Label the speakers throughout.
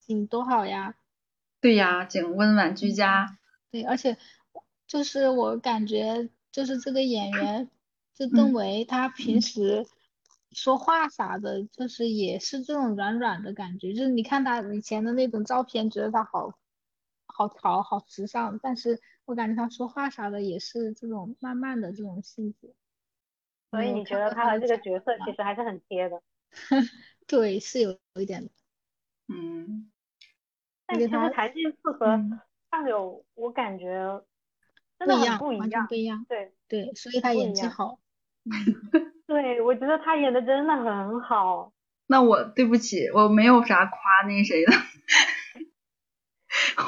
Speaker 1: 景多嗯好呀。
Speaker 2: 对呀，景温婉居家，
Speaker 1: 对，而且就是我感觉，就是这个演员，就邓
Speaker 2: 嗯
Speaker 1: 为，他平时说话啥的，就是也是这种软软的感觉。就是你看他以前的那种照片，觉得他好好潮、好时尚，但是我感觉他说话啥的也是这种慢慢的这种性质。
Speaker 3: 所
Speaker 1: 你
Speaker 3: 以
Speaker 1: 有
Speaker 3: 你觉
Speaker 1: 看
Speaker 3: 得
Speaker 1: 过他
Speaker 3: 他和
Speaker 1: 的
Speaker 3: 这个
Speaker 1: 采
Speaker 3: 角色
Speaker 1: 访
Speaker 3: 其
Speaker 1: 吗？
Speaker 3: 实还是很贴的。
Speaker 1: 对，是有一点的。
Speaker 2: 嗯
Speaker 1: 我
Speaker 3: 但
Speaker 1: 觉得
Speaker 3: 其
Speaker 1: 他
Speaker 3: 实谭健次和
Speaker 2: 嗯
Speaker 3: 上柳，我感觉真
Speaker 1: 不
Speaker 3: 的
Speaker 1: 一
Speaker 3: 很
Speaker 1: 样，
Speaker 3: 不一
Speaker 1: 完全
Speaker 3: 样，
Speaker 1: 不一样。
Speaker 3: 对，
Speaker 1: 对，所以
Speaker 3: 很
Speaker 1: 他
Speaker 3: 不
Speaker 1: 演
Speaker 3: 一
Speaker 1: 技
Speaker 3: 样。
Speaker 1: 好。
Speaker 2: 嗯，
Speaker 3: 对，我觉得他演的真的很好，
Speaker 2: 那我对不起，我没有啥夸那谁的，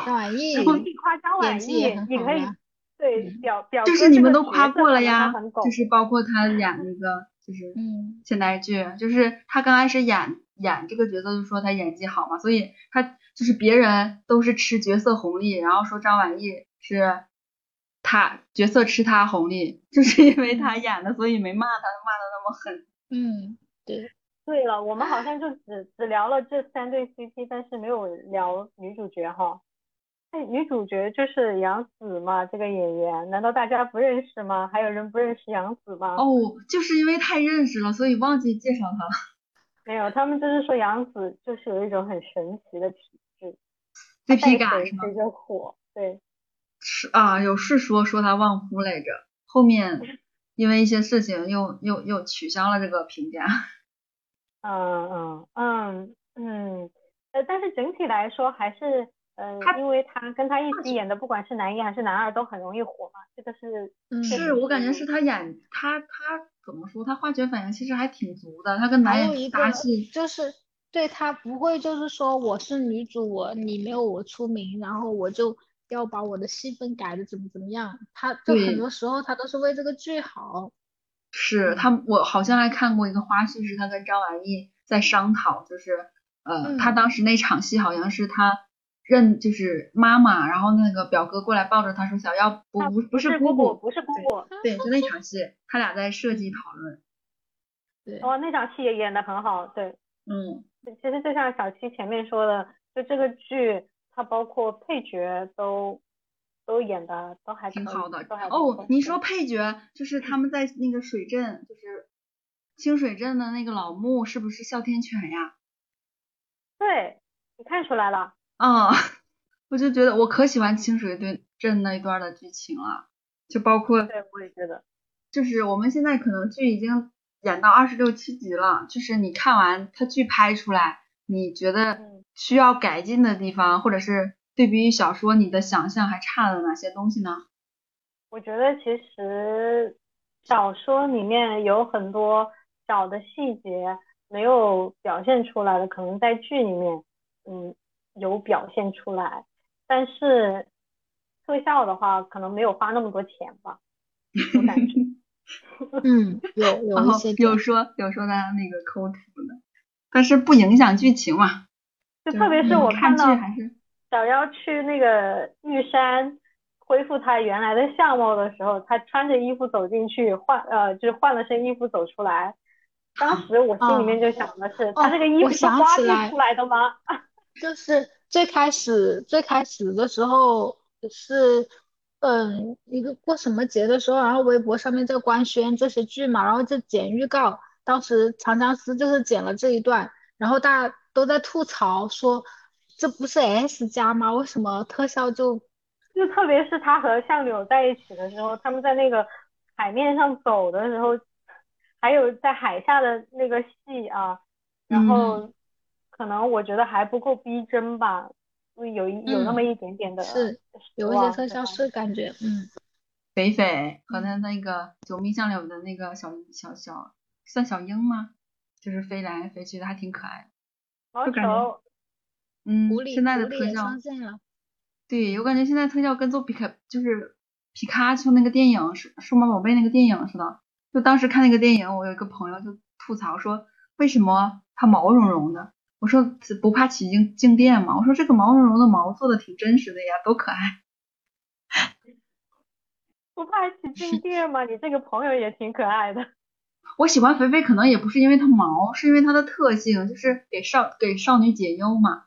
Speaker 1: 张晚
Speaker 3: 你可
Speaker 1: 意
Speaker 3: 以夸张
Speaker 1: 演
Speaker 3: 晚
Speaker 1: 技也
Speaker 3: 意，
Speaker 1: 很
Speaker 3: 你
Speaker 1: 好
Speaker 3: 可以
Speaker 1: 呀。
Speaker 3: 对
Speaker 2: 嗯，
Speaker 3: 表表
Speaker 2: 就是
Speaker 3: 哥
Speaker 2: 你
Speaker 3: 这
Speaker 2: 们
Speaker 3: 个
Speaker 2: 都
Speaker 3: 角
Speaker 2: 夸
Speaker 3: 色
Speaker 2: 过了
Speaker 3: 可能他
Speaker 2: 呀，
Speaker 3: 很
Speaker 2: 就
Speaker 3: 狗，
Speaker 2: 是包括他演那个就是
Speaker 1: 嗯。
Speaker 2: 现代剧，就是他刚开始演演这个角色就说他演技好嘛，所以他就是别人都是吃角色红利，然后说张晚意是他角色吃他红利，就是因为他
Speaker 1: 嗯
Speaker 2: 演的，所以没骂他，骂的那么狠。
Speaker 1: 嗯，对，
Speaker 3: 对了，我们好像就只只聊了这三对 CP，但是没有聊女主角哈。那女主角就是杨紫嘛，这个演员，难道大家不认识吗？还有人不认识杨紫吗？
Speaker 2: 哦，就是因为太认识了，所以忘记介绍他了。
Speaker 3: 没有，他们就是说杨紫就是有一种很神奇的体质，她
Speaker 2: CP
Speaker 3: 带
Speaker 2: 感
Speaker 3: 谁
Speaker 2: 是吗？
Speaker 3: 谁就火。对，
Speaker 2: 是啊，有事说说他旺夫来着，后面因为一些事情又又又取消了这个评价。
Speaker 3: 嗯嗯嗯嗯，呃，但是整体来说还是，呃，
Speaker 2: 他
Speaker 3: 因为他跟他一起演的，不管是男一还是男二，都很容易火嘛，这个是确
Speaker 1: 嗯，
Speaker 2: 是
Speaker 3: 实
Speaker 2: 我感觉是
Speaker 3: 是。
Speaker 2: 他演他他怎么说，他化学反应其实还挺足的，他跟
Speaker 1: 还
Speaker 2: 男
Speaker 1: 有
Speaker 2: 演
Speaker 1: 一
Speaker 2: 搭
Speaker 1: 个
Speaker 2: 戏，
Speaker 1: 就是对他不会，就是说我是女主，我你没有我出名，然后我就要把我的戏份改的怎么怎么样，他就很
Speaker 2: 对，
Speaker 1: 多时候他都是为这个剧好，嗯
Speaker 2: 是他我好像还看过一个花絮，是他跟张晚意在商讨，就是呃他
Speaker 1: 嗯
Speaker 2: 当时那场戏好像是他认就是妈妈，然后那个表哥过来抱着他说想要不
Speaker 3: 啊，
Speaker 2: 不不
Speaker 3: 不
Speaker 2: 是
Speaker 3: 是
Speaker 2: 姑
Speaker 3: 姑姑，
Speaker 2: 姑，
Speaker 3: 不是姑
Speaker 2: 对
Speaker 3: 姑，
Speaker 2: 对，就那场戏，他俩在设计讨论，
Speaker 1: 对，
Speaker 3: 哦，那场戏也演得很好，对。
Speaker 2: 嗯。
Speaker 3: 其实就像小七前面说的，就这个剧，它包括配角都都演的都还
Speaker 2: 挺
Speaker 3: 可以，
Speaker 2: 好的
Speaker 3: 都还不
Speaker 2: 哦。
Speaker 3: 错。
Speaker 2: 你
Speaker 3: 对，
Speaker 2: 说配角，就是他们
Speaker 3: 嗯
Speaker 2: 在那个水镇，就是清水镇的那个老木，是不是哮天犬呀？
Speaker 3: 对，你看出来了。
Speaker 2: 啊、
Speaker 3: 嗯
Speaker 2: 我就觉得我可喜欢清水对镇那一段儿的剧情了，就包括
Speaker 3: 对，我也觉得。
Speaker 2: 就是我们现在可能剧已经演到二十六七集了，就是你看完它剧拍出来，你觉得
Speaker 3: 嗯，
Speaker 2: 需要改进的地方，或者是对比于小说你的想象还差了哪些东西呢？
Speaker 3: 我觉得其实小说里面有很多小的细节没有表现出来的，可能在剧里面，嗯，有表现出来，但是特效的话，可能没有花那么多钱吧，我感觉。
Speaker 1: 嗯，有
Speaker 2: 然
Speaker 1: 有一
Speaker 2: 后
Speaker 1: 些这
Speaker 2: 哦有
Speaker 1: 样，
Speaker 2: 说有说他那个抠图的，但是不影响剧情嘛，
Speaker 3: 就
Speaker 2: 就
Speaker 3: 特别是
Speaker 1: 嗯
Speaker 2: 你
Speaker 3: 我
Speaker 2: 看
Speaker 3: 看
Speaker 2: 剧
Speaker 3: 到
Speaker 2: 还是
Speaker 3: 小妖去那个玉山恢复她原来的相貌的时候，她穿着衣服走进去，换呃就是换了身衣服走出来。当时我心里面
Speaker 1: 啊，
Speaker 3: 就想的是，她
Speaker 1: 哦，
Speaker 3: 这个衣
Speaker 1: 我
Speaker 3: 服是
Speaker 1: 想
Speaker 3: 花
Speaker 1: 起
Speaker 3: 絮
Speaker 1: 来。
Speaker 3: 出来的吗？
Speaker 1: 就是最开始最开始的时候是，嗯，一个过什么节的时候，然后微博上面在官宣这些剧嘛，然后就剪预告，当时长相思就是剪了这一段，然后大家都在吐槽说，这不是 S 加吗？为什么特效就
Speaker 3: 就特别是她和相柳在一起的时候，他们在那个海面上走的时候，还有在海下的那个戏啊，然
Speaker 2: 嗯
Speaker 3: 后可能我觉得还不够逼真吧，就有一有那么
Speaker 1: 嗯
Speaker 3: 一点点的
Speaker 1: 是
Speaker 3: 失
Speaker 1: 有一些
Speaker 3: 望，
Speaker 1: 特
Speaker 3: 对
Speaker 1: 效
Speaker 3: 吧？
Speaker 1: 是感觉嗯
Speaker 2: 肥肥和
Speaker 1: 嗯
Speaker 2: 他那个九命相柳的那个小小小算小鹰吗？就是飞来飞去的，还挺可爱的，
Speaker 3: 毛
Speaker 2: 就感觉
Speaker 3: 球，
Speaker 1: 狐
Speaker 2: 嗯，现
Speaker 1: 狸
Speaker 2: 在的
Speaker 1: 狐狸
Speaker 2: 特
Speaker 1: 也
Speaker 2: 效，
Speaker 1: 上线了，
Speaker 2: 对我感觉现在特效跟做皮卡就是皮卡丘那个电影是数码宝贝那个电影似的，就当时看那个电影，我有一个朋友就吐槽说为什么它毛茸茸的。我说不怕起静静电吗？我说这个毛茸茸的毛做的挺真实的呀，多可爱。
Speaker 3: 不怕起静电吗？你这个朋友也挺可爱的。
Speaker 2: 我喜欢肥肥，可能也不是因为它毛，是因为它的特性，就是给少给少女解忧嘛。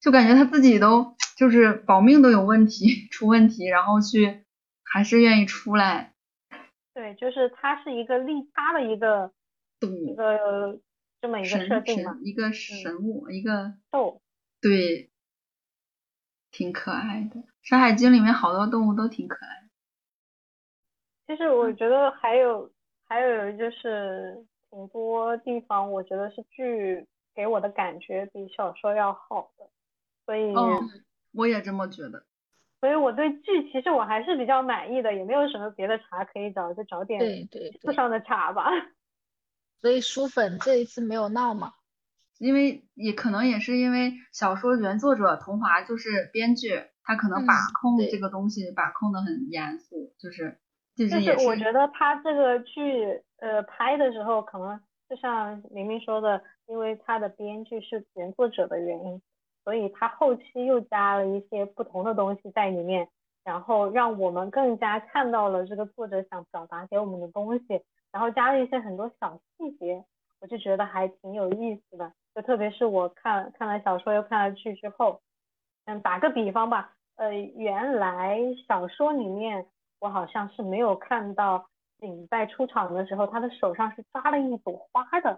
Speaker 2: 就感觉他自己都就是保命都有问题， 出问题，然后去还是愿意出来
Speaker 3: 对，就是它是一个利他的一个一
Speaker 2: 赌
Speaker 3: 个这么一个
Speaker 2: 神
Speaker 3: 设定嘛嗯
Speaker 2: 神，一个神物，一个
Speaker 3: 斗
Speaker 2: 对，挺可爱的。《山海经》里面好多动物都挺可爱的，
Speaker 3: 其
Speaker 1: 嗯
Speaker 3: 实我觉得还有还有就是挺多地方，我觉得是剧给我的感觉比小说要好的，所以、
Speaker 2: 哦，我也这么觉得。
Speaker 3: 所以我对剧其实我还是比较满意的，也没有什么别的茶可以找，就找点
Speaker 1: 对对
Speaker 3: 路
Speaker 1: 对，
Speaker 3: 上的茶吧。
Speaker 1: 所以书粉这一次没有闹嘛。
Speaker 2: 因为也可能也是因为小说原作者桐华就是编剧，他可能把
Speaker 1: 嗯
Speaker 2: 控
Speaker 1: 对
Speaker 2: 这个东西把控的很严肃，就是这
Speaker 3: 就是
Speaker 2: 也
Speaker 3: 是我觉得他这个剧呃拍的时候，可能就像明明说的，因为他的编剧是原作者的原因，所以他后期又加了一些不同的东西在里面，然后让我们更加看到了这个作者想表达给我们的东西，然后加了一些很多小细节，我就觉得还挺有意思的。就特别是我看看了小说又看了剧之后，嗯，打个比方吧，呃，原来小说里面。我好像是没有看到景在出场的时候，他的手上是抓了一朵花的。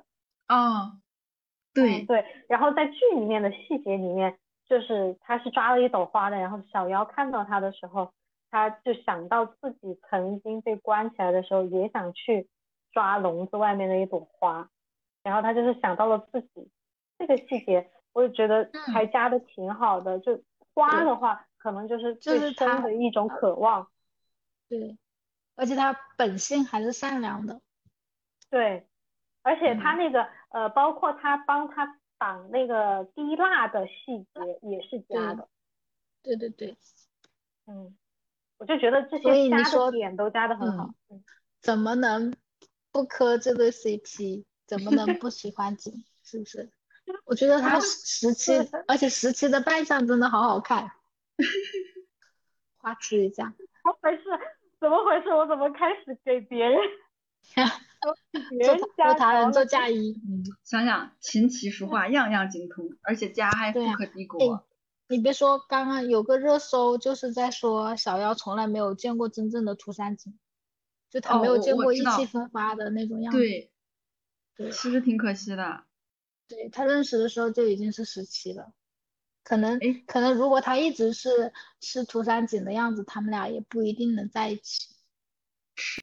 Speaker 2: 哦，
Speaker 3: 嗯
Speaker 2: 对，
Speaker 3: 对，然后在剧里面的细节里面，就是他是抓了一朵花的，然后小妖看到他的时候，他就想到自己曾经被关起来的时候，也想去抓笼子外面的一朵花，然后他就是想到了自己这个细节，我也觉得
Speaker 1: 嗯
Speaker 3: 还加的挺好的。就花的话，可能就是
Speaker 1: 就
Speaker 3: 对
Speaker 1: 是
Speaker 3: 生
Speaker 1: 他
Speaker 3: 的一种渴望。
Speaker 1: 对，而且他本性还是善良的。
Speaker 3: 对，而且他
Speaker 2: 嗯
Speaker 3: 那个、呃，包括他帮他绑那个滴蜡的细节也是加的，
Speaker 1: 对对对，
Speaker 3: 嗯，我就觉得这
Speaker 1: 所以
Speaker 3: 些
Speaker 1: 你
Speaker 3: 加的
Speaker 1: 说
Speaker 3: 点都加的很好，嗯，
Speaker 1: 怎么能不磕这对 CP？怎么能不喜欢景？是不 是？我觉得他十期，而且十期的扮相真的好好看，花痴一下。
Speaker 3: 怎么回事？怎么回事？我怎么开始给别 人给别
Speaker 1: 做
Speaker 3: 人
Speaker 1: 他
Speaker 3: 加
Speaker 1: 做他
Speaker 3: 着
Speaker 1: 人做
Speaker 3: 了？
Speaker 1: 嫁衣，
Speaker 2: 嗯，想想琴棋书画样样精通，而且家还
Speaker 1: 对
Speaker 2: 富
Speaker 1: 啊
Speaker 2: 可敌国。
Speaker 1: 哎，你别说，刚刚有个热搜就是在说小妖从来没有见过真正的涂山璟，就他
Speaker 2: 哦
Speaker 1: 没有
Speaker 2: 我
Speaker 1: 见
Speaker 2: 我
Speaker 1: 过
Speaker 2: 知
Speaker 1: 意
Speaker 2: 道
Speaker 1: 气风发的那种样子。
Speaker 2: 对，
Speaker 1: 对
Speaker 2: 其实挺可惜的。
Speaker 1: 对，他认识的时候就已经是十七了，可能
Speaker 2: 哎，
Speaker 1: 可能如果他一直是是涂山璟的样子，他们俩也不一定能在一起。